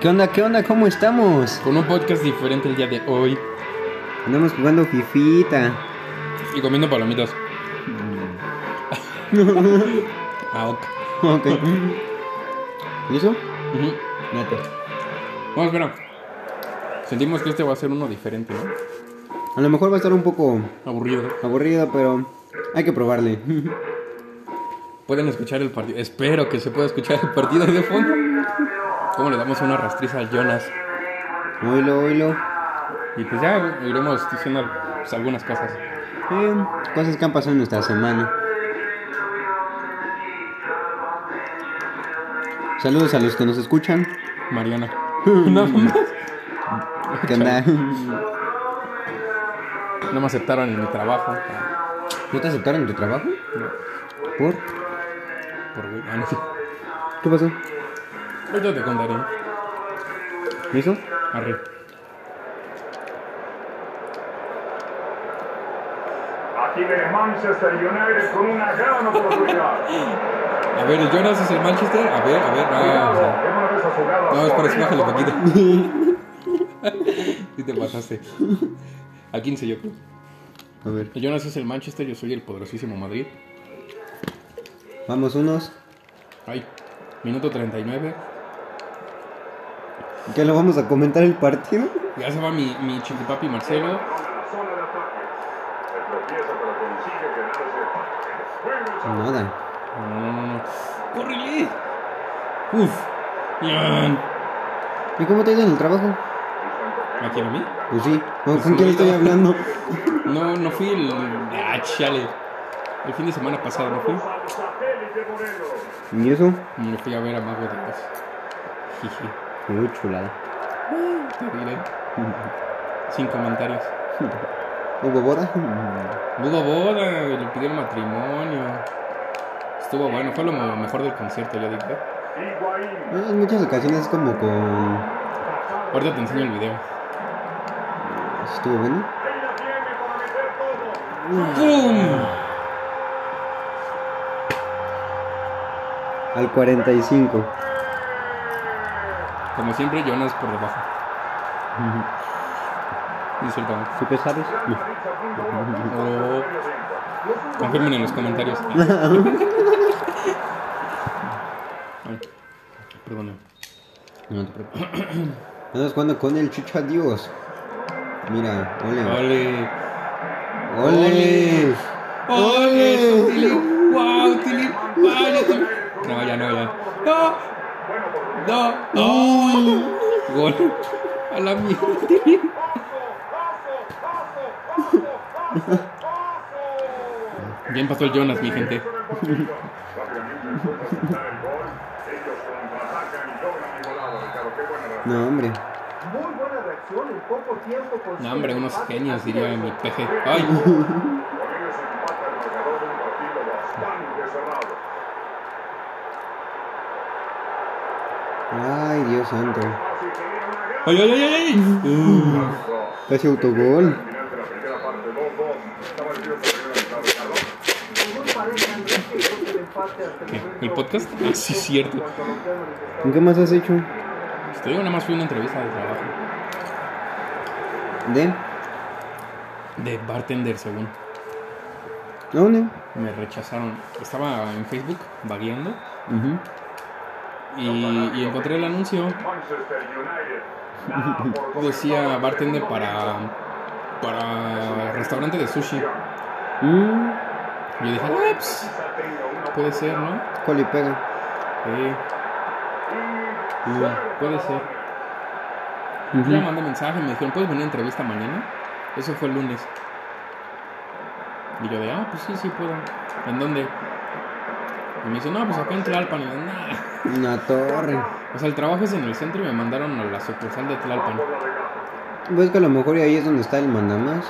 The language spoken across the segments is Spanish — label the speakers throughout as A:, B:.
A: ¿Qué onda? ¿Qué onda? ¿Cómo estamos?
B: Con un podcast diferente el día de hoy
A: Andamos jugando fifita.
B: y comiendo palomitas. Ah, ok.
A: Ok. ¿Y eso?
B: Ujú.
A: Neta.
B: Vamos, espera. Sentimos que este va a ser uno diferente, ¿no?
A: A lo mejor va a estar un poco
B: Aburrido.
A: aburrido, pero hay que probarle.
B: Pueden escuchar el partido. Espero que se pueda escuchar el partido de fondo. ¿Cómo le damos una rastriza al Jonas?
A: oilo, oilo.
B: Y pues ya iremos diciendo pues, algunas cosas.
A: Eh, cosas que han pasado en nuestra semana. Saludos a los que nos escuchan.
B: Mariana. Nada más.
A: ¿Qué onda?
B: No me aceptaron en mi trabajo. Ah,
A: ¿No te aceptaron en tu trabajo?
B: no,
A: ¿Por?
B: Por güey. Ah, no sé.
A: ¿Qué pasó?
B: Ahorita te contaré.
A: ¿Y eso?
B: Arre.
C: Aquí ve Manchester United con una gran oportunidad.
B: A ver, el Jonas es el Manchester. A ver, a ver. No, o
C: Cuidado,
B: sea,
C: en una de esas jugadas.
B: no espera, sí, bájale,
C: horribles,
B: Paquito. Sí te pasaste. A 15 yo creo.
A: A ver,
B: El Jonas es el Manchester, yo soy el poderosísimo Madrid.
A: vamos unos.
B: Ay, minuto 39.
A: ¿Ya lo vamos a comentar el partido?
B: Ya se va mi, mi chiquipapi Marcelo.
C: la zona de ataque. Se tropieza, pero consigue quedarse. Bueno,
A: Nada.
B: No, no, no, no. Mm, ¡Córrele! Uf. Bien.
A: ¿Y cómo te ha ido en el trabajo?
B: ¿A quién a mí?
A: Pues sí. ¿Con, con quién estoy hablando?
B: No, no fui el. Ah, chale. El fin de semana pasado no fui.
C: al satélite Moreno.
A: ¿Y eso?
B: Me fui a ver a Mago de Oz. Jiji.
A: Muy chulada.
B: Te diré. Sin comentarios.
A: ¿Hubo boda? Mm.
B: Hubo boda, le pidieron matrimonio. Estuvo bueno, fue lo mo- mejor del concierto, yo digo.
C: Higuaín.
A: Eh, En muchas ocasiones es como con...
B: Ahorita te enseño el video.
A: ¿Estuvo bueno?
C: Ahí la tiene para meter todo.
B: ¡Pum!
A: Al 45.
B: Como siempre, Jonas por debajo. Insultamos.
A: ¿Tú qué sabes?
B: Oh. Confirmen en los comentarios. Ay, perdona.
A: No te preocupes. Estamos jugando con el Chicha Dios. Mira, ole.
B: Ole.
A: ¡Ole!
B: ¡Ole! Tili! ¡Wow! Tili! ¡Vaya! Tili! No, ya no, ya. ¡No! ¡No! ¡No! ¡Gol! ¡A la mierda! Tili. Ya empató el Jonas, mi gente.
C: Ellos contraatacan y logran igualar a Ricardo. Qué buena reacción.
A: No, hombre.
C: Muy buena reacción en poco tiempo. con
B: No, hombre, unos genios, diría mi peje. ¡Ay!
C: Con ellos empata el marcador de un partido bastante cerrado.
A: Ay, Dios santo.
C: Así que era una gran
B: ¡Ay, ay, ay, ay! Uh.
A: Casi autogol.
C: final de la primera parte, 2-2. Estaba el tiro para llegar al Ricardo.
B: ¿Qué? ¿El podcast? Ah, sí, cierto.
A: ¿En qué más has hecho?
B: Te digo, nada más fui a una entrevista de trabajo.
A: ¿De?
B: De bartender, según.
A: ¿A ¿Dónde?
B: Me rechazaron. Estaba en Facebook, vagueando.
A: Ujú.
B: Y, y encontré el anuncio.
C: Manchester United. Nada por
B: Decía bartender para. Para restaurante de sushi. Yo
A: Mm,
B: dije, ah, pues,
C: cosa tenga una
B: puede ser, ¿no?
A: Col y pega.
B: Eh, mm, puede ser.
A: Ujú.
B: Ya mandé mensaje, me dijeron, ¿puedes venir a entrevista mañana? Eso fue el lunes. Y yo de, ah, pues sí, sí puedo. ¿En dónde? Y me dice, no, pues acá en Tlalpan. Y yo, "Nah".
A: Una torre.
B: O sea, el trabajo es en el centro y me mandaron a la sucursal de Tlalpan.
A: Pues que a lo mejor ahí es donde está el mandamás.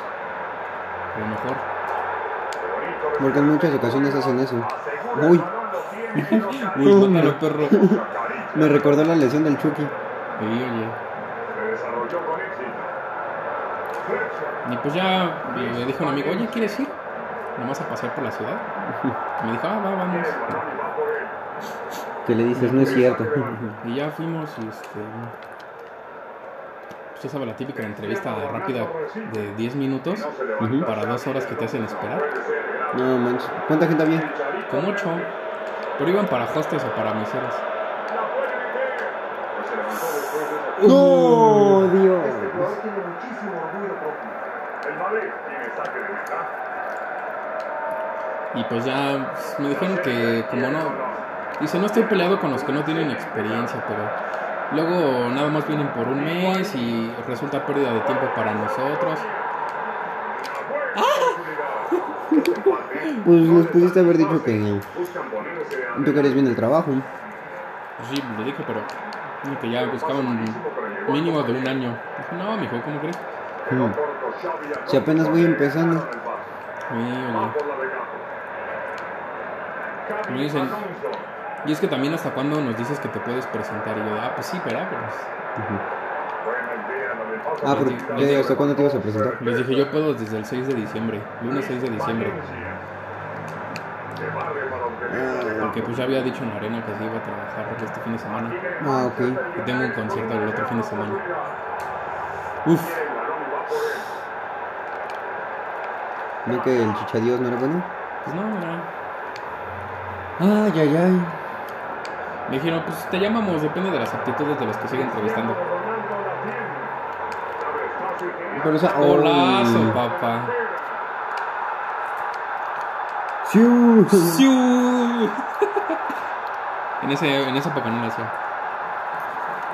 B: A lo mejor.
A: Porque en muchas ocasiones hacen eso. Uy,
B: Uy, mátalo, perro.
A: me recordó la lesión del Chucky.
B: Y oye.
C: se desarrolló con éxito.
B: Y pues ya me dijo un amigo, oye, ¿quieres ir? Nomás a pasear por la ciudad. Me dijo, ah, va, vamos.
A: Que le dices, no es cierto.
B: Y ya fuimos, y este. usted sabe, la típica entrevista rápida de 10 minutos
A: Ujú.
B: para dos horas que te hacen esperar.
A: No manches. ¿Cuánta gente había?
B: Con 8. Pero iban para hostes o para meseras.
A: ¡No, Dios!
D: Este jugador tiene muchísimo orgullo propio.
C: El Madrid tiene saque de meta.
B: Y pues ya pues, me dijeron que como no... Dice, no estoy peleado con los que no tienen experiencia, pero luego nada más vienen por un mes y resulta pérdida de tiempo para nosotros.
A: Pues nos pudiste haber dicho que
C: Buscan ponerse de
A: tú querías bien el trabajo.
B: Pues sí, lo dije, pero dijo que ya buscaban mínimo de un año. Dije, no, mijo, ¿cómo crees?
A: Mm.
C: corto, Xavi ya
A: Si apenas voy empezando.
C: con el pase.
B: Sí, oye.
C: Va por la de Gago.
B: Me dicen,
C: Alonso.
B: y es que también hasta cuándo nos dices que te puedes presentar. Y yo, ah, pues sí, verá, pues.
A: Ujú.
C: Buena idea, la del pase.
A: Ah, pero ya, ya, ¿hasta cuándo te ibas a presentar?
B: pues, Les dije, yo puedo desde el 6 de diciembre, lunes 6 de diciembre.
C: Valencia. Que barre para obtener la
A: Ah,
B: Porque pues ya había dicho en la arena que se iba a trabajar este fin de semana.
A: ah, ok.
B: Y tengo un concierto el otro fin de semana. Uf,
A: ¿No que el chichadíos no era bueno?
B: pues no, mira.
A: Ay, ay, ay.
B: Me dijeron, pues te llamamos, depende de las aptitudes de los que siguen entrevistando.
A: Pero esa...
B: Golazo, papá.
A: ¡Siu!
B: ¡Siu! en, ese, en esa época no lo hacía.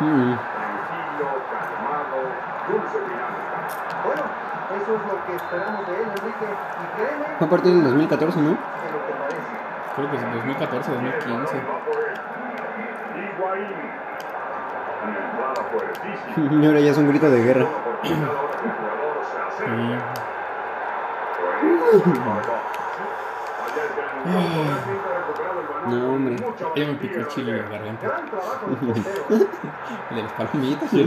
A: Mm.
C: Tranquilo, calmado, dulce dinámica.
D: Bueno, eso es lo que esperamos de él, Enrique. Y créeme
A: Fue a partir del 2014, ¿no?
D: que lo que parece.
B: Creo que es 2014, 2015.
C: Va por él. Higuaín. Entrada fuertísima.
A: Y ahora ya es un grito de guerra.
C: Oportunidad ahora que el jugador se acerca.
B: Sí.
C: Allá es gran. Finalmente ha recuperado el balón.
A: No, hombre.
C: Mucho
B: Ya me picó el chile en la garganta.
D: Gran trabajo del portero.
B: El de las palomitas.
A: No,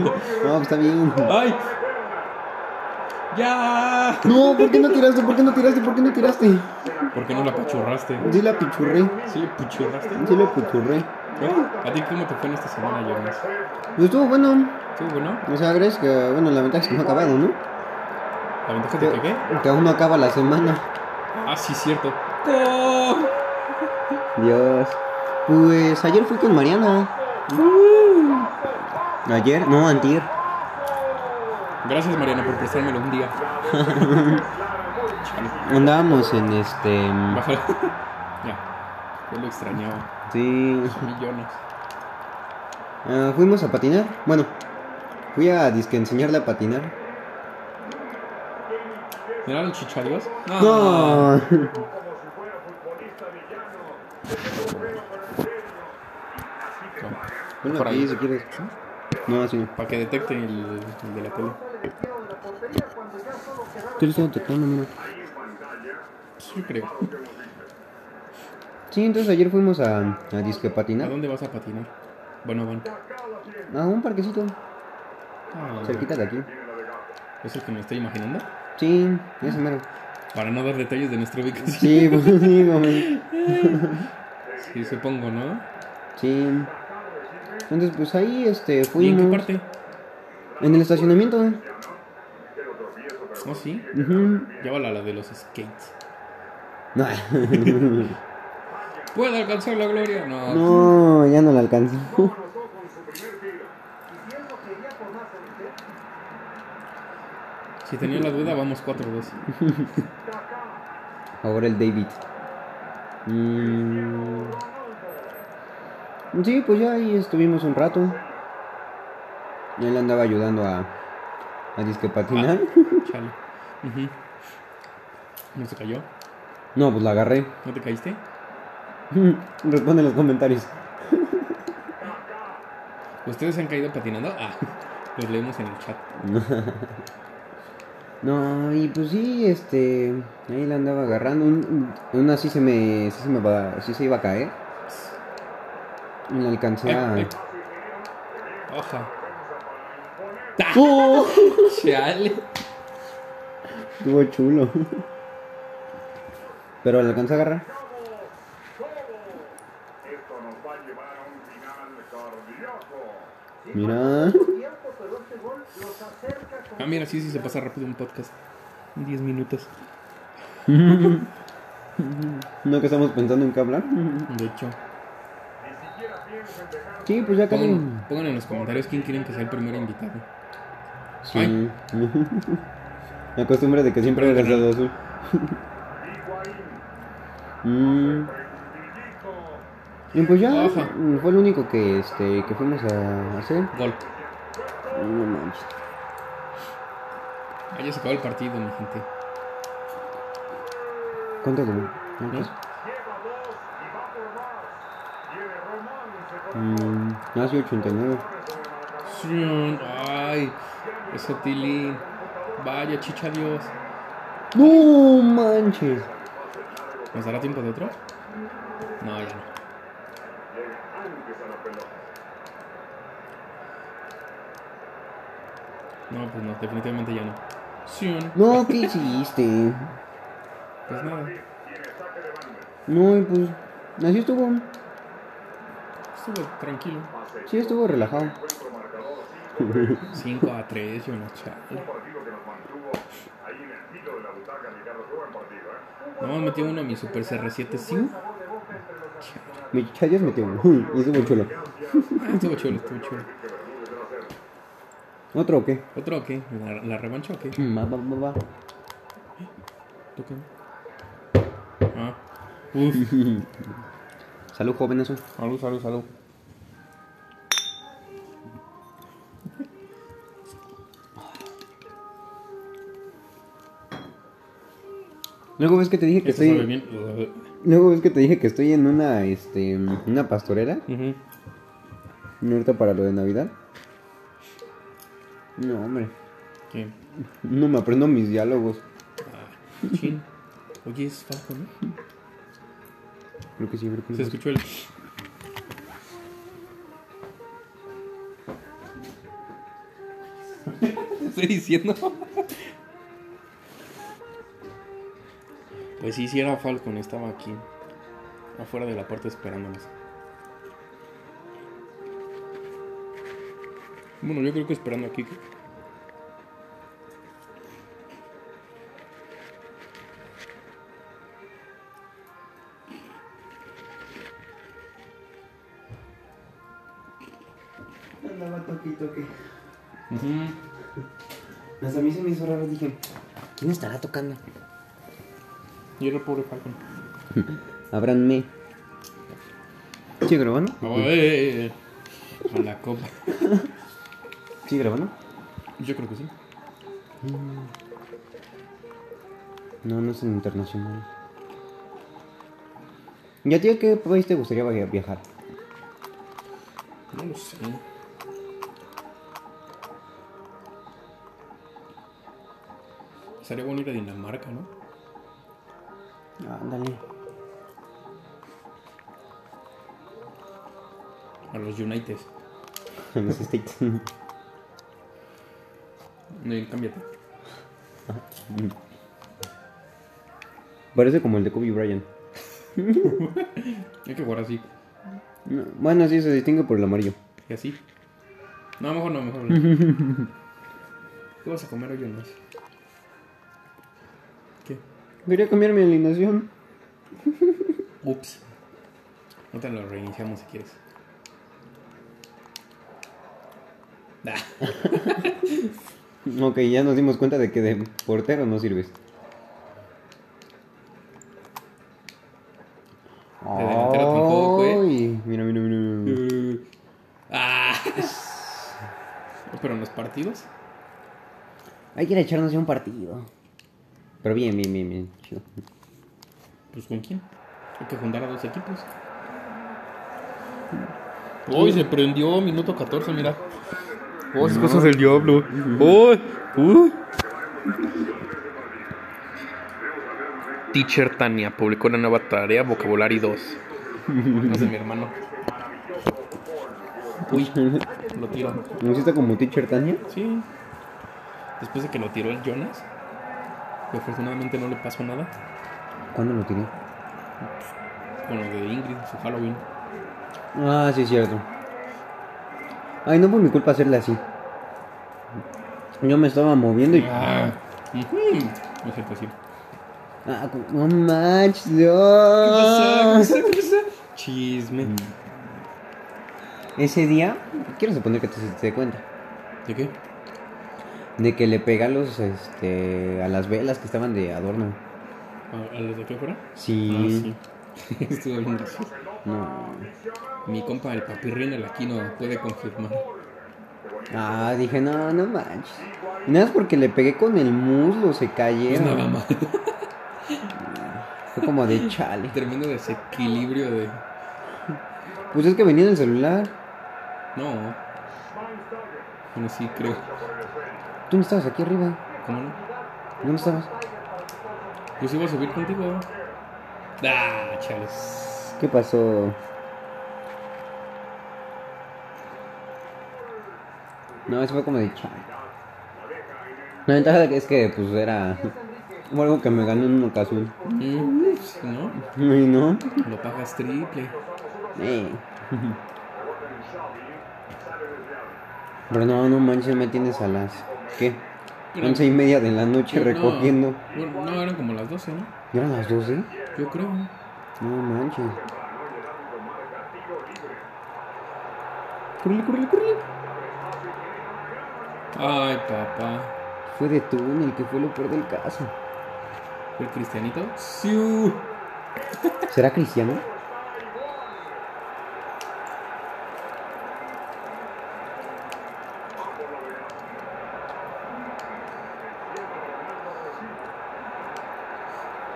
A: pues está bien.
B: ¡Ay! ¡Ya!
A: No, ¿por qué no tiraste? ¿Por qué no tiraste? ¿Por qué no tiraste?
B: ¿Por qué no la pachurraste?
A: Sí la pichurré.
B: ¿Sí le puchurraste?
A: Sí la pichurré.
B: ¿A ti cómo te fue en esta semana, Jonas?
A: Pues estuvo bueno.
B: ¿Tú, bueno?
A: O sea, crees que... Bueno, la ventaja es que no ha acabado, ¿no?
B: ¿La ventaja de que qué?
A: Que, que aún no acaba la semana.
B: Ah, sí, cierto. ¡Oh! ¡Gol!
A: Dios. Pues ayer fui con Mariana. Uh. Ayer, no, antier.
B: Gracias, Mariana, por prestármelo un día.
A: Andábamos en este...
B: Bájalo. ya. Yo lo extrañaba.
A: Sí.
B: Millones.
A: Ah, fuimos a patinar. Bueno, fui a disque enseñarle a patinar.
B: ¿Era los chicharios?
A: No. Ponlo
B: Por
A: aquí
B: ahí.
A: si quieres. No, sí.
B: Para que detecte el, el de la tele.
A: Tú eres todo tocando, mira.
B: Sí, creo.
A: Sí, entonces ayer fuimos a, a disque
B: ¿A
A: patinar.
B: dónde vas a patinar? Bueno, van.
A: A un parquecito
B: Ah,
A: cerquita de aquí.
B: ¿Es el que me estoy imaginando?
A: Sí, ese mero.
B: Para no dar detalles de nuestra ubicación.
A: Sí, pues, sí, mami.
B: Sí, supongo, ¿no?
A: Sí. Entonces, pues ahí este,
B: ¿Y en
A: fuimos.
B: qué parte?
A: En el estacionamiento.
B: Oh, sí.
A: Ujú.
B: Llévala a la de los skates.
A: No,
B: ¿Puedo alcanzar la gloria? No.
A: no, ya no la alcancé.
D: Y si él lo quería por más, Enrique,
B: Si tenía la duda, vamos 4-2.
A: Ahora el David. Mm. Sí, pues ya ahí estuvimos un rato. Él andaba ayudando a, a disque patinar.
B: Ah. Chale. Ujú. ¿No se cayó?
A: No, pues la agarré.
B: ¿No te caíste?
A: Responde en los comentarios.
B: ¿Ustedes se han caído patinando? Ah, los leemos en el chat.
A: No, y pues sí, este. Ahí la andaba agarrando. Un- una sí se me. Sí se me va- sí se iba a caer. Y la alcancé a.
B: Eh, eh. Oja.
A: ¡Oh!
B: Chale.
A: Estuvo chulo. Pero la alcancé a agarrar.
C: Esto nos va a llevar a un final cardíaco.
A: Mira.
D: tiempo, pero este
B: Ah, mira, sí, sí se pasa rápido un podcast. 10 minutos.
A: No que estamos pensando en qué hablar.
B: De hecho,
A: Sí, pues ya casi.
B: pongan, pongan en los comentarios quién quieren que sea el primer invitado.
A: Sí. La costumbre de que siempre eres de azul. Mm. Y pues ya
B: Ojo.
A: fue lo único que este que fuimos a hacer.
B: Gol.
A: No manches.
B: Ah, ya se acabó el partido, mi gente.
A: ¿Cuánto duró?
B: ¿No?
A: Mm, nació 89.
B: Sí, Ay, eso Tilly. Vaya, chicha Dios.
A: No manches.
B: ¿Nos dará tiempo de otro? No, ya no. No, pues no, definitivamente ya no. Sí,
A: No, ¿qué hiciste?
B: pues nada.
A: No, y pues así estuvo.
B: Estuvo tranquilo.
A: Sí, estuvo relajado.
B: 5 a 3, yo no, chale.
C: ¿eh?
B: No, metió uno a mi Super CR7, sí.
A: Mi chayas metió uno. Y estuvo chulo.
B: Ah, estuvo chulo, estuvo chulo.
A: ¿Otro o qué? Mm,
B: ¿Otro o qué? ¿La, la revancha o qué?
A: Va, va, va, va.
B: ¿Tú qué? Ah. Uf.
A: Salud, joven, eso.
B: Salud, salud, salud.
A: Luego ves que te dije que
B: Esto
A: estoy.
B: Este sabe bien. Ujú.
A: Luego ves que te dije que estoy en una, este, una pastorera. Y ahorita para lo de Navidad. No, hombre.
B: ¿Qué?
A: No me aprendo mis diálogos.
B: Chin. Oye, es Falco, ¿no?
A: Creo que sí, creo que
B: Se
A: sí.
B: escuchó el. Estoy diciendo. Pues sí, sí era Falcon, estaba aquí. Afuera de la puerta esperándonos. Bueno, yo creo que esperando aquí.
A: Andaba toque y toque. Hasta a mí se me hizo raro, dije. ¿Quién estará tocando?
B: Y era el pobre Falcon.
A: Ábranme. ¿Sigue grabando?
B: A la copa.
A: ¿Sigue grabando?
B: Yo creo que sí.
A: No, no es en internacional. ¿Y a ti a qué país te gustaría via- viajar?
B: No lo sé. Sería bueno ir a Dinamarca, ¿no?
A: Ándale.
B: A los United.
A: En los States.
B: No, cámbiate.
A: Parece como el de Kobe Bryant.
B: Hay que jugar así.
A: No, bueno, sí, se distingue por el amarillo.
B: Y así. No, mejor no, mejor no. ¿Qué vas a comer hoy, Andrés? ¿Qué?
A: Quería cambiar mi alineación.
B: Ups. No te lo reiniciamos si quieres. Ah.
A: Ok, ya nos dimos cuenta de que de portero no sirves.
B: De delantero tampoco, ¿eh?
A: Ay, Mira, mira, mira. mira.
B: Eh, ah. Pero en los partidos.
A: Hay que ir a echarnos ya un partido. Pero bien, bien, bien, bien. chido.
B: Pues con quién? Hay que juntar a dos equipos. Uy, se prendió minuto 14, mira. Mm. Uy, es cosas del diablo. Uy, uy. Teacher Tania publicó una nueva tarea, vocabulario 2. No sé, mi hermano. Uy, lo tiro.
A: ¿No hiciste como teacher Tania?
B: Sí. Después de que lo tiró el Jonas, que afortunadamente no le pasó nada.
A: ¿Cuándo lo tiré?
B: Con lo de Ingrid, su Halloween.
A: Ah, sí, es cierto. Ay, no fue mi culpa hacerla así. Yo me estaba moviendo y.
B: Ah, ujú. No es cierto, sí.
A: Ah, como- no manches,
B: ¿Qué pasó? ¿Qué
A: Dios.
B: pasó? ¿Qué pasó? Chisme.
A: Ese día, quiero suponer que te diste cuenta
B: ¿De qué?
A: de que le pega a los, este, a las velas que estaban de adorno.
B: ¿A, a los de qué fuera? Ah,
A: Sí.
B: sí. Estuvo bien gracioso.
A: No.
B: Mi compa, el papi Reina, el aquí no puede confirmar.
A: Ah, dije, no, no manches. Y nada más porque le pegué con el muslo, se
B: Pues
A: cayeron.
B: nada más.
A: Fue como de chale.
B: Tremendo desequilibrio de.
A: Pues es que venía en el celular.
B: No. Bueno, sí, creo.
A: Tú no estabas aquí arriba.
B: ¿Cómo no?
A: ¿Dónde estabas?
B: Pues iba a subir contigo. Ah, chales.
A: ¿Qué pasó? No, eso fue como de chale. La ventaja es que, pues, era fue algo que me ganó en una ocasión.
B: Mm, pues, no,
A: Y no.
B: lo pagas triple.
A: Eh. Pero no, no manches, me tienes a las. ¿Qué?
B: Pero-
A: Once y media de la noche
B: No.
A: recogiendo.
B: Bueno, no, eran como las 12, ¿no?
A: ¿Ya eran las 12?
B: Yo creo.
A: No manches.
B: Curle, curle, curle. Ay, papá.
A: Fue de túnel, que fue lo peor del caso.
B: ¿El cristianito? ¡Siu!
A: ¿Será cristiano?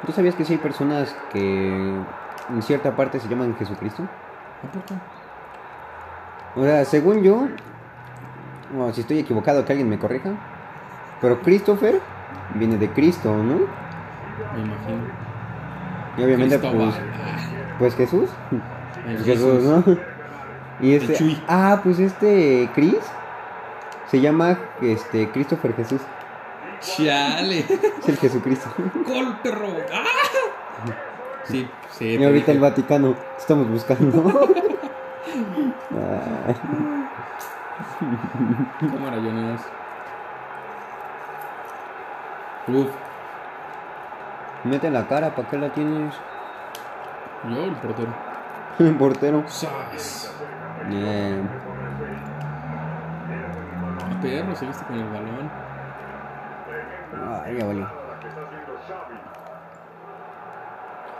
A: ¿Tú sabías que sí hay personas que en cierta parte se llaman Jesucristo?
B: ¿A poco?
A: O sea, según yo, o si estoy equivocado, que alguien me corrija, pero Christopher viene de Cristo, ¿no?
B: Me imagino.
A: Y obviamente,
B: Cristóbal.
A: pues, pues Jesús.
B: Ah,
A: Pues
B: el
A: Jesús, ¿no? Y este.
B: El Chuy.
A: Ah, pues este Chris se llama este Christopher Jesús.
B: Chale.
A: Es el Jesucristo.
B: ¡Gol, perro! ¡Ah! Sí, sí.
A: Y
B: te
A: ahorita el
B: dije.
A: Vaticano. ¿qué Estamos buscando. Ah,
B: Cámara, Jonas. Uf,
A: mete la cara, ¿para qué la tienes?
B: yo el portero.
A: Portero.
B: ¡Sas!
A: Eh,
B: Ah, Perro, se viste con el balón.
A: ay, ya valió.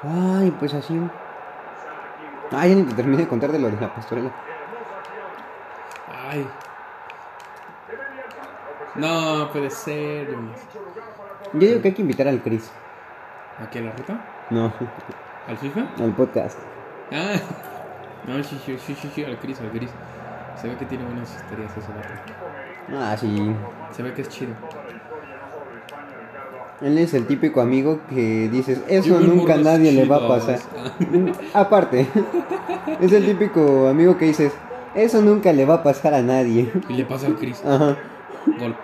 A: Ay, pues así. Ay, ya ni te terminé de contar de lo de la pastorela.
B: ¡Ay! No, puede ser, Jonas.
A: Yo digo que hay que invitar al Chris.
B: ¿A qué la ruta?
A: No,
B: ¿Al FIFA?
A: al podcast.
B: Ah, no, sí, sí, sí, sí, sí, al Cris, al Cris. Se ve que tiene buenas historias ese vato.
A: Ah, sí.
B: Se ve que es chido.
A: Él es el típico amigo que dices, eso
B: Yo veo
A: nunca a
B: morros
A: nadie le va a
B: chidos".
A: pasar. Aparte, es el típico amigo que dices, eso nunca le va a pasar a nadie.
B: Y le pasa al Cris.
A: Ajá.
B: Gol.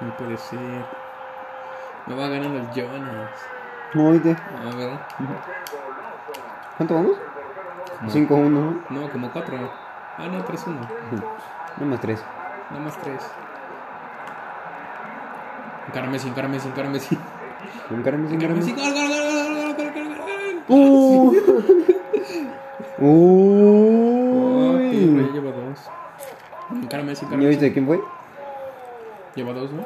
B: No puede ser. Me va ganando el Jonas.
A: Muy bien.
B: A ver.
A: ¿Cuánto vamos? 5-1, ¿no?
B: No, como cuatro. Ah, no, 3-1.
A: No más 3.
B: Nada más tres. Encárame, sí, encárame, sí, encárame, sí.
A: Encárame,
B: Encárame,
A: encárame.
B: sí. Gol, gol, gol, gol, gol, gol, gol, gol, gol.
A: ¡Uh!
B: Oh, qué
A: ¡Uy!
B: rey, lleva dos. Encárame, sí,
A: ¿Ya
B: encárame. sí.
A: viste quién fue?
B: Lleva dos, ¿no?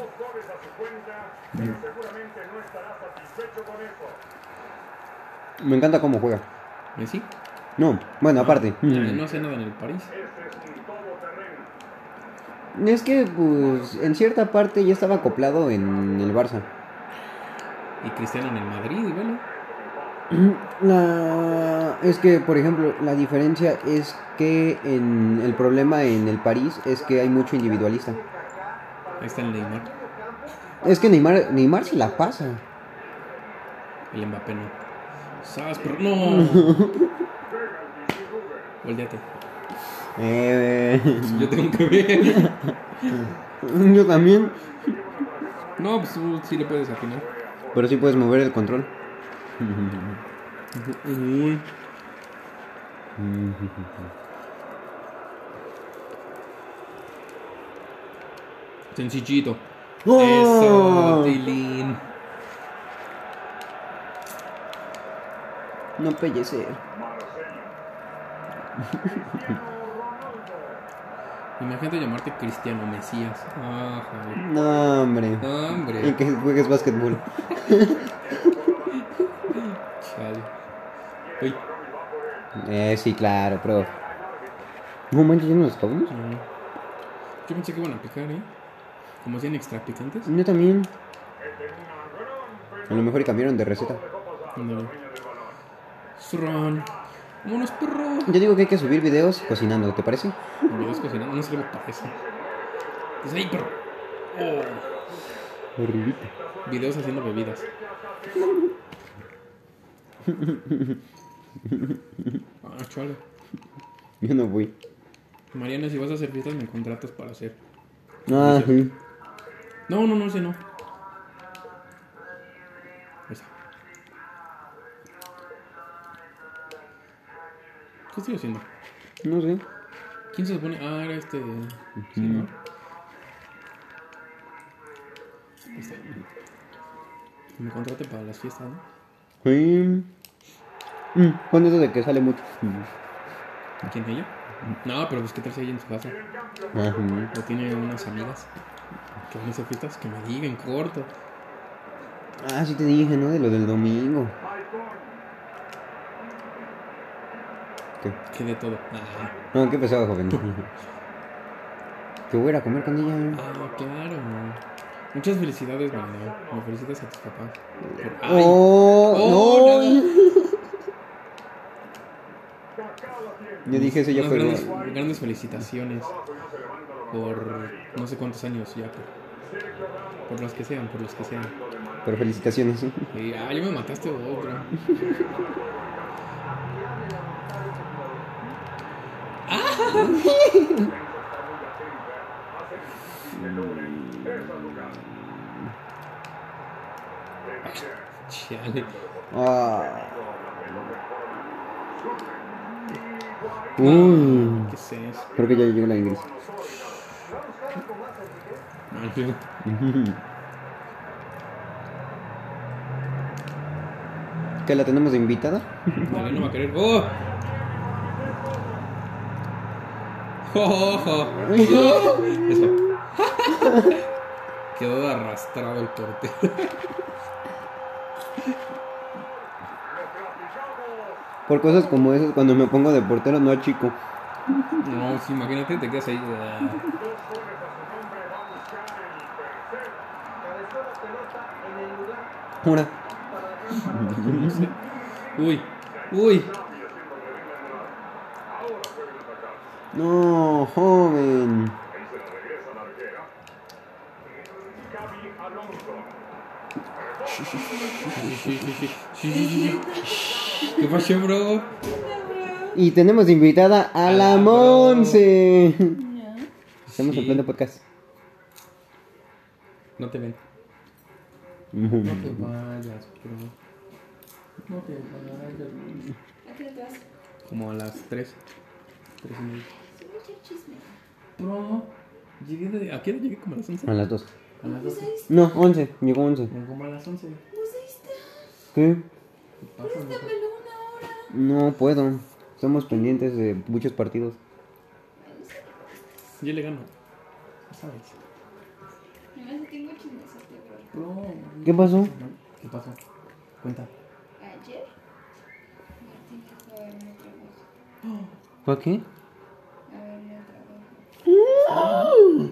A: Me encanta cómo juega.
B: ¿Messi?
A: No, bueno, aparte.
B: Eh, No hace nada en el París.
A: Es que, pues, en cierta parte ya estaba acoplado en el Barça.
B: Y Cristiano en el Madrid, y velo.
A: La... Es que, por ejemplo, la diferencia es que en... el problema en el París es que hay mucho individualista.
B: Ahí está el Neymar.
A: Es que Neymar, Neymar se la pasa.
B: El Mbappé no. ¿Sabes? Pero no. Volteate.
A: Eh,
B: Pues Yo tengo que ver.
A: Yo también.
B: No, pues tú sí le puedes atinar.
A: Pero sí puedes mover el control.
B: Uy. Sencillito.
A: ¡Oh!
B: Eso, Tilín.
A: No pellecer.
B: Imagínate llamarte Cristiano Mesías. Ah, jale.
A: No, hombre.
B: No, hombre.
A: Y que juegues básquetbol.
B: Chale. Uy.
A: Eh, sí, claro, profe. No manches, ya no nos acabamos.
B: Mm. Yo pensé que iban a picar, ¿eh? Como sean extra picantes.
A: Yo también. A lo mejor y cambiaron de receta.
B: Ándale. Surrón. Vámonos, perro.
A: Yo digo que hay que subir videos cocinando, ¿te parece?
B: Videos cocinando, no sirve para eso. Pues ahí, perro. Oh.
A: Horribita.
B: Videos haciendo bebidas. Ah, chale.
A: Yo no voy.
B: Mariana, si vas a hacer fiestas, me contratas para hacer.
A: Ah, sí.
B: No, no, no, ese no. Esa. ¿Qué estoy haciendo?
A: No sé.
B: ¿Quién se supone? Ah, era este. Sí, ¿no? Este. Me contrate para las fiestas, ¿no?
A: Sí. Mm, Con eso de que sale mucho. Mm.
B: ¿Quién ella? No, pero pues qué tal si ella en su casa.
A: Ah, sí.
B: O tiene unas amigas que van a hacer fiestas que me digan corto.
A: Ah, sí te dije, ¿no? De lo del domingo. ¿Qué?
B: Que de todo. Ah,
A: No, qué pesado, joven. que voy a ir a comer con ella. ¿eh?
B: ah, claro. Muchas felicidades, Manuel. Me felicitas a tus papás. Por- Ay,
A: ¡Oh!
B: Oh,
A: ¡No! Yo dije eso ya
B: unas
A: fue.
B: grandes, grandes felicitaciones por no sé cuántos años ya. Por, por los que sean, por los que sean.
A: Pero felicitaciones. ¿eh?
B: Y, ah, ya me mataste otro. Chale.
A: Ah. Uy.
B: ¿Qué es eso?
A: Mm. Creo que ya llegó la inglesa.
B: Manuel.
A: ¿Que la tenemos de invitada?
B: Dale, no va a querer. ¡Oh! ¡Jo, jo, jo! ¡Oh! Eso. Quedó arrastrado el portero.
A: Por cosas como esas, cuando me pongo de portero, no chico.
B: No, sí, imagínate, te quedas ahí. ah.
A: Ahora,
B: Uy, uy.
A: no, joven.
B: Sí, sí, sí, sí, sí, sí, sí. ¿Qué pasó, bro?
A: Y tenemos de invitada a la Monse. Estamos en
B: Sí.
A: pleno podcast.
B: No te ven. No te vayas, bro. No te vayas, bro.
E: ¿A qué te vas?
B: Como a las 3. 3 y media.
E: Sí, mucho chisme.
B: Bro, llegué de. ¿A qué hora llegué? Como a las 11.
A: A las dos.
B: A las 12.
A: No, 11. Llegó 11.
B: Como a las 11. ¿Qué
E: Pusiste,
A: ¿Qué?
B: pasa, mijo?
E: dámelo una hora.
A: No puedo. Estamos pendientes de muchos partidos.
B: Yo le gano. Ya ¿Sabes?
E: Me hace tengo chismesote, bro.
B: Bro.
A: ¿Qué pasó?
B: ¿Qué pasó? Cuenta.
E: Ayer, Martín dijo a verme trabajo.
A: ¿Para qué?
E: A verme trabajo.
B: Vamos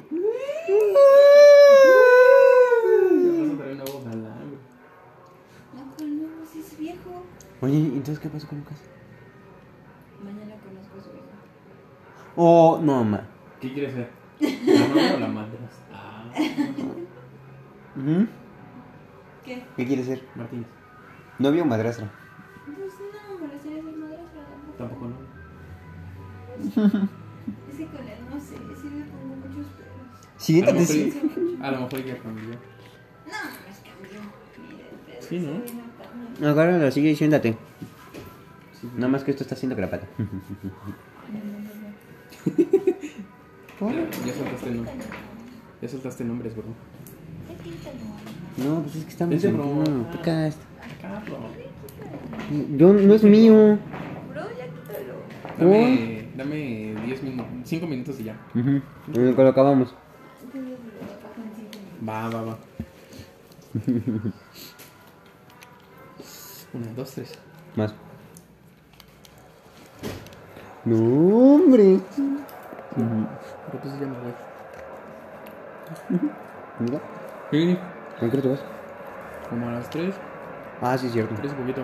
B: a traer un nuevo galán.
E: No conozco, es viejo.
A: Oye, ¿y entonces qué pasó con Lucas?
E: Mañana conozco a su hijo.
A: Oh, no, ma.
B: ¿Qué quieres ser? ¿La mamá o la madre? Ah,
A: Ujú.
E: ¿Qué?
A: ¿Qué quieres ser?
B: Martínez.
A: ¿Novio o madrastra?
E: Pues no, me gustaría ser madrastra tampoco.
B: Tampoco no.
E: Es que con él no sé, sí le pongo muchos pelos.
A: Siéntate.
B: Sí.
E: Pienso mucho.
B: A lo mejor ella cambió.
E: No, me cambió. Mira, el pelo
B: Sí, ¿no?
E: se ve notable.
A: Agarra la silla y siéntate. Nada más que esto está haciendo grapata.
E: Ay, no, no, no.
B: Ya soltaste no.
E: Tan
B: Ya soltaste nombres, bro.
A: No, pues es que estamos
B: Ese
A: en
B: no.
A: pleno podcast.
B: Carlos.
A: Yo, no es mío.
E: Bro, ya quítalo.
B: Dame, dame 10 minutos, 5 minutos y ya.
A: Bueno, Con lo acabamos.
B: Va, va, va. Una, dos, tres.
A: Más. No, hombre.
B: Pero pues ya me voy.
A: Mira,
B: Sí,
A: ¿con qué hora te vas?
B: como a las 3,
A: Ah, sí, es cierto.
B: 3 poquito.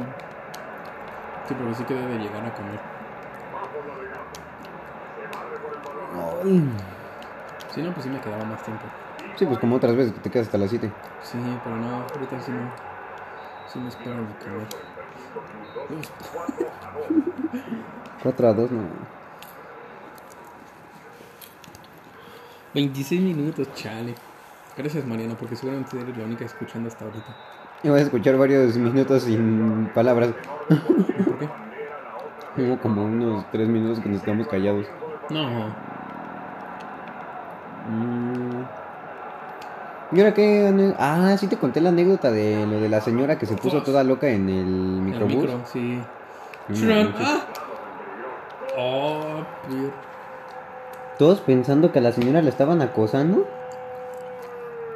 B: Sí, pero sí que debe llegar a comer.
A: Ay.
B: Si no, pues sí me quedaba más tiempo.
A: Mm. Sí, pues como otras veces que te quedas hasta las 7.
B: Sí, pero no, ahorita sí no. Sí me espero de comer. Dios,
A: 4 a 2, no.
B: 26 minutos, chale. Gracias, Mariana, porque seguramente eres la única escuchando hasta ahorita.
A: Y vas a escuchar varios minutos sin palabras.
B: ¿Por qué?
A: Hubo como unos 3 minutos que nos quedamos callados.
B: No,
A: Mm. ¿Y ahora qué? ane- Ah, sí te conté la anécdota de lo de la señora que se puso toda loca en el
B: el
A: microbús. Mm,
B: micro, sí.
A: No
B: Shrun,
A: manches.
B: ah. Oh, pir-
A: Todos pensando que a la señora la estaban acosando.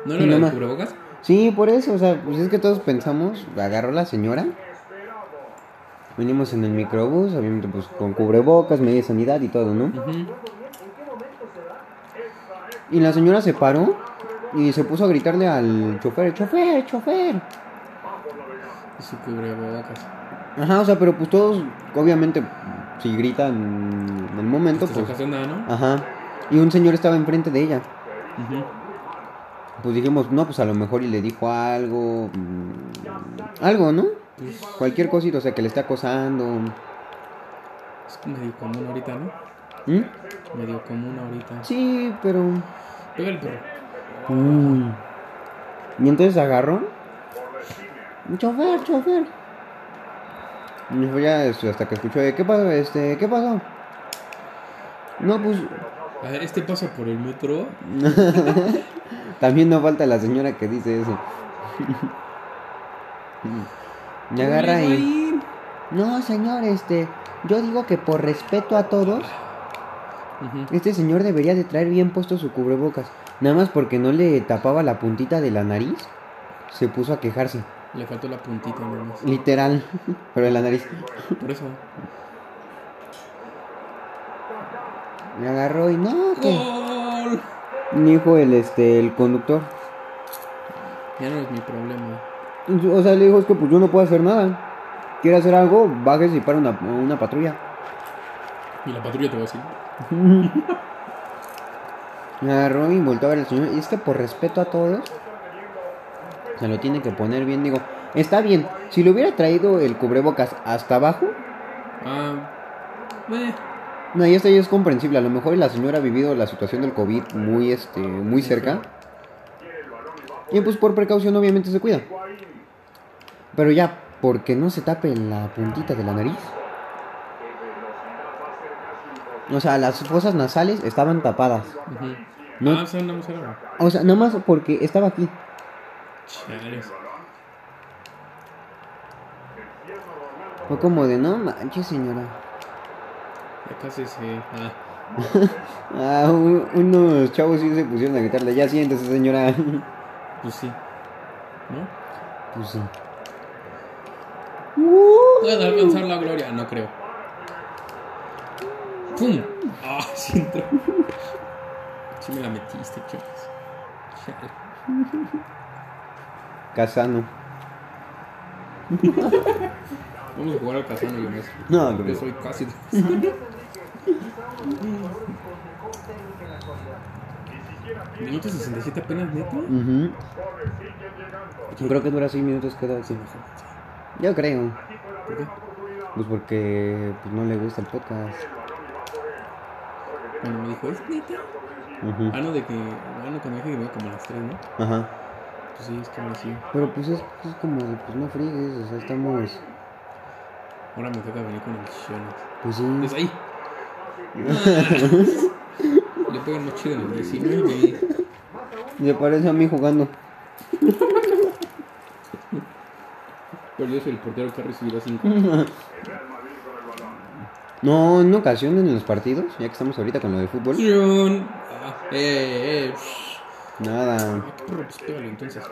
B: ¿No
A: Y
B: era la
A: nomás-
B: de cubrebocas?
A: Sí, por eso, o sea, pues es que todos pensamos, agarró la señora. Venimos en el microbús, obviamente pues con cubrebocas, media sanidad y todo, ¿no?
B: Ujú.
A: Y la señora se paró y se puso a gritarle al chofer, chofer, chofer.
B: Y su cubrebocas.
A: Ajá, o sea, pero pues todos, obviamente, si gritan en el momento,
B: Entonces,
A: pues...
B: pues, nada, ¿no?
A: Ajá. Y un señor estaba enfrente de ella.
B: Ujú.
A: Pues dijimos, no, pues a lo mejor y le dijo algo. mm, algo, ¿no? Cualquier cosita, o sea, que le está acosando.
B: Es medio común ahorita, ¿no?
A: ¿Mm?
B: Medio común ahorita.
A: Sí, pero.
B: Pega el perro.
A: Uy. Y entonces agarró. Chofer, chofer. Y dijo, ya este, hasta que escuchó, "Eh, ¿qué pasó? Este, ¿qué pasó? No, pues
B: A ver, Este pasa por el metro.
A: También no falta la señora que dice eso. Me agarra y.
B: ahí.
A: No, señor, este. Yo digo que por respeto a todos,
B: Ujú.
A: este señor debería de traer bien puesto su cubrebocas. Nada más porque no le tapaba la puntita de la nariz, se puso a quejarse.
B: Le faltó la puntita nada más.
A: Literal, pero de la nariz.
B: Por eso.
A: Me agarró y no, que.
B: ¡Gol!
A: Dijo el, este, el conductor.
B: Ya no es mi problema.
A: O sea, le dijo, es que pues yo no puedo hacer nada. ¿Quiere hacer algo? Bájese y para una, una patrulla.
B: Y la patrulla te va a decir.
A: Me agarró y volteó a ver al señor. Y es que por respeto a todos, se lo tiene que poner bien. Digo, está bien. Si le hubiera traído el cubrebocas hasta abajo,
B: Ah. Eh.
A: no, y esto ya es comprensible. A lo mejor la señora ha vivido la situación del COVID muy, este, muy cerca. Y pues por precaución, obviamente se cuida. Pero ya, porque no se tape la puntita de la nariz. O sea, las fosas nasales estaban tapadas.
B: Ujú.
A: No-
B: Ah, son una mujer ahora.
A: O sea, nada más porque estaba aquí.
B: Chales.
A: Fue como de, no manches, señora.
B: Ya casi se. Ah.
A: Ah, un- unos chavos sí se pusieron a gritarle, ya siéntese, señora.
B: Pues sí. ¿No?
A: Pues sí.
B: Puedo alcanzar la gloria. No creo. ¡Pum! ¡Ah! sí entró. Sí me la metiste, chicos. Chale.
A: Casano.
B: Vamos a jugar al casano y más.
A: No,
B: Yo
A: pero-
B: soy casi. Minuto 67 apenas neta.
A: Ujú. Creo que dura 6 minutos cada vez. Yo creo.
B: ¿Por qué?
A: Pues porque pues, no le gusta el podcast.
B: Bueno, me dijo, ¿es neta?
A: Ujú.
B: Ah, no, de que. Bueno, cuando dije que iba como a las 3, ¿no?
A: Ajá.
B: Pues sí, es que ahora sí.
A: Pero pues es, es como, de, pues no friegues, o sea, estamos.
B: Ahora me toca venir con el Shones.
A: Pues sí.
B: Es ahí. Le pegan más chido en el 19.
A: Se parece a mí jugando.
B: Pero yo soy el portero que ha recibido 5.
A: No, en una ocasión en los partidos, ya que estamos ahorita con lo del fútbol.
B: Ah, eh, eh. psh.
A: Nada.
B: Ah, qué perro, pues pégale entonces.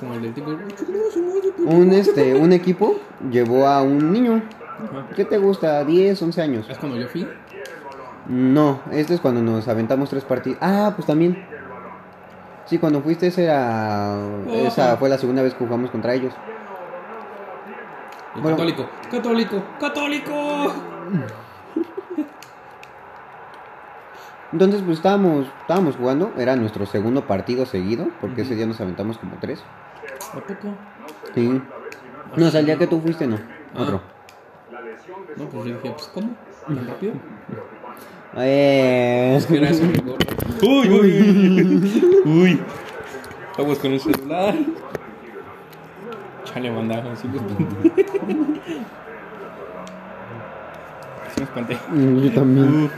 B: Como el del tico. "Chúpalo, su madre, puto".
A: Un este, un equipo llevó a un niño.
B: Ajá.
A: ¿Qué te gusta? 10, 11 años.
B: Es cuando yo fui.
A: No, este es cuando nos aventamos tres partidos. Ah, pues también. Sí, cuando fuiste ese era- esa fue la segunda vez que jugamos contra ellos.
B: El
A: Bueno.
B: católico. Católico. Católico.
A: Entonces, pues estábamos, estábamos jugando, era nuestro segundo partido seguido, porque ese día nos aventamos como tres.
B: ¿A poco?
A: Sí. No, o sea, el día que tú fuiste, no. Otro.
B: No, pues yo dije, pues ¿cómo? ¿Tan rápido?
A: Eh,
B: Es que era ese rigor. Uy, uy. Uy. Aguas con el celular. Chale, mandaron, sí me espanté. Sí me espanté.
A: Yo también.
B: Uf,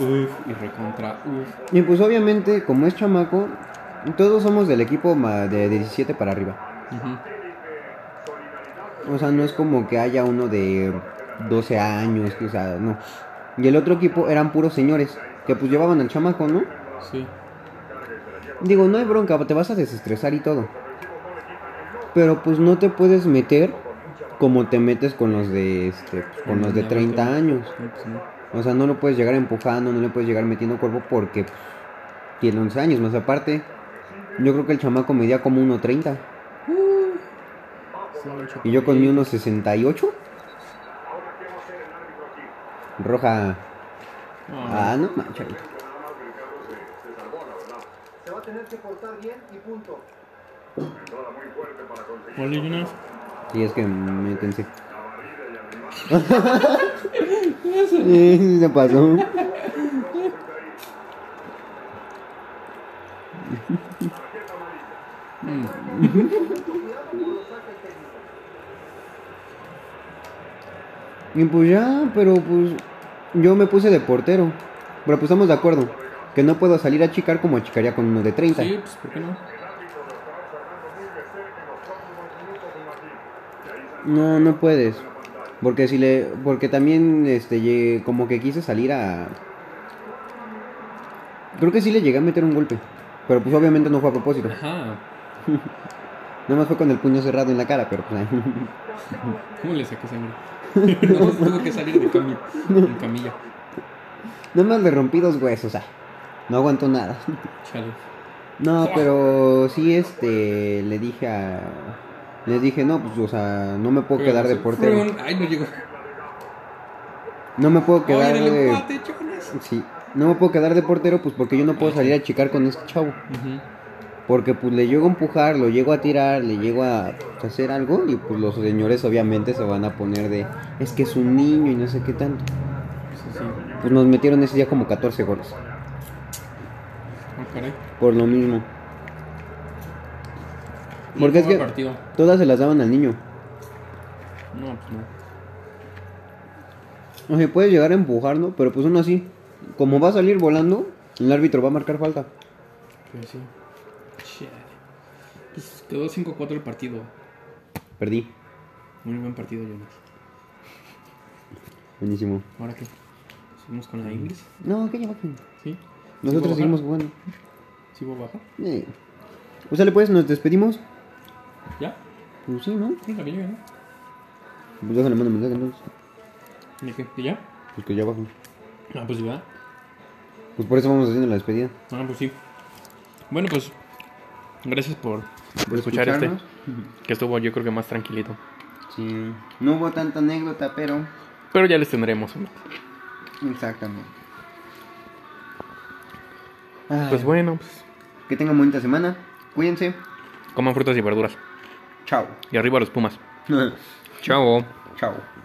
B: uf, y recontra, uf.
A: Y pues obviamente, como es chamaco, todos somos del equipo ma- de 17 para arriba.
B: Ujú.
A: O sea, no es como que haya uno de 12 años, que, o sea, no. Y el otro equipo eran puros señores, que pues llevaban al chamaco, ¿no?
B: Sí.
A: Digo, no hay bronca, te vas a desestresar y todo. Pero pues no te puedes meter como te metes con los de este, pues, con los de 30 años.
B: No, pues no.
A: O sea, no lo puedes llegar empujando, no le puedes llegar metiendo cuerpo porque pues, tiene 11 años. Más aparte, yo creo que el chamaco medía como 1.30
B: Sí, mucho.
A: y yo con mi 1.68. Roja.
B: Ah,
A: Ah, no manches.
D: Se va a tener que portar bien y punto.
B: Ole, Jonas.
A: Y es que métense.
B: ¿Qué haces?
A: Eh, Se pasó.
B: Mm.
D: Cuidado con lo saca el técnico.
A: Y pues ya, pero pues yo me puse de portero. Pero pues estamos de acuerdo que no puedo salir a chicar como chicaría con uno de 30.
B: Sí, pues ¿por qué no?
A: No, no puedes. Porque si le porque también este lle- como que quise salir a Creo que sí le llegué a meter un golpe, pero pues obviamente no fue a propósito.
B: Ajá.
A: Nada más fue con el puño cerrado en la cara, pero pues
B: ¿Cómo le saqué sangre? no, tuve que salir de camilla. En camilla.
A: nada más le rompí dos huesos, ah. No aguantó nada.
B: Chale.
A: No, pero sí, este, le dije a... Les dije, no, pues, o sea, no me puedo quedar de portero.
B: Frun. Ay, no llegó.
A: No me puedo
B: Oye,
A: quedar
B: en el
A: de...
B: empate, Jonas.
A: Sí, no me puedo quedar de portero, pues, porque yo no puedo salir a chicar con este chavo.
B: Ujú.
A: Porque, pues, le llego a empujar, lo llego a tirar, le llego a pues, hacer algo y, pues, los señores obviamente se van a poner de... Es que es un niño y no sé qué tanto.
B: Sí, sí. Ah,
A: Pues nos metieron ese día como 14 goles.
B: Ah, caray.
A: Por lo mismo.
B: ¿Y
A: Porque es
B: cómo va
A: que-
B: el partido?
A: Todas se las daban al niño.
B: No, pues no.
A: O sea, puede llegar a empujar, ¿no? Pero pues uno así, como va a salir volando, el árbitro va a marcar falta.
B: Pues sí. Chale. Pues quedó 5-4 el partido.
A: Perdí.
B: Muy buen partido, Jonas.
A: Buenísimo.
B: ¿Ahora qué? ¿Seguimos con la Ingles?
A: No, que lleva aquí.
B: ¿Sí?
A: Nosotros
B: ¿Sí hubo
A: seguimos
B: baja?
A: jugando.
B: ¿Sí hubo baja?
A: Eh. O sea, pues, nos despedimos.
B: ¿Ya?
A: Pues sí, ¿no?
B: Sí, la vi ¿no?
A: Pues déjale, mando mensaje entonces.
B: ¿De qué? ¿De ya?
A: Pues que ya bajo.
B: Ah, pues sí, ¿verdad?
A: Pues por eso vamos haciendo la despedida.
B: Ah, pues sí. Bueno, pues gracias por,
A: Por
B: escuchar este,
A: escucharnos.
B: que estuvo yo creo que más tranquilito.
A: Sí. No hubo tanta anécdota, pero.
B: Pero ya les tendremos. uno.
A: Exactamente. Ay,
B: Pues bueno, pues
A: Que tengan bonita semana. Cuídense.
B: coman frutas y verduras.
A: Chao.
B: Y arriba los pumas. Chao.
A: Chao.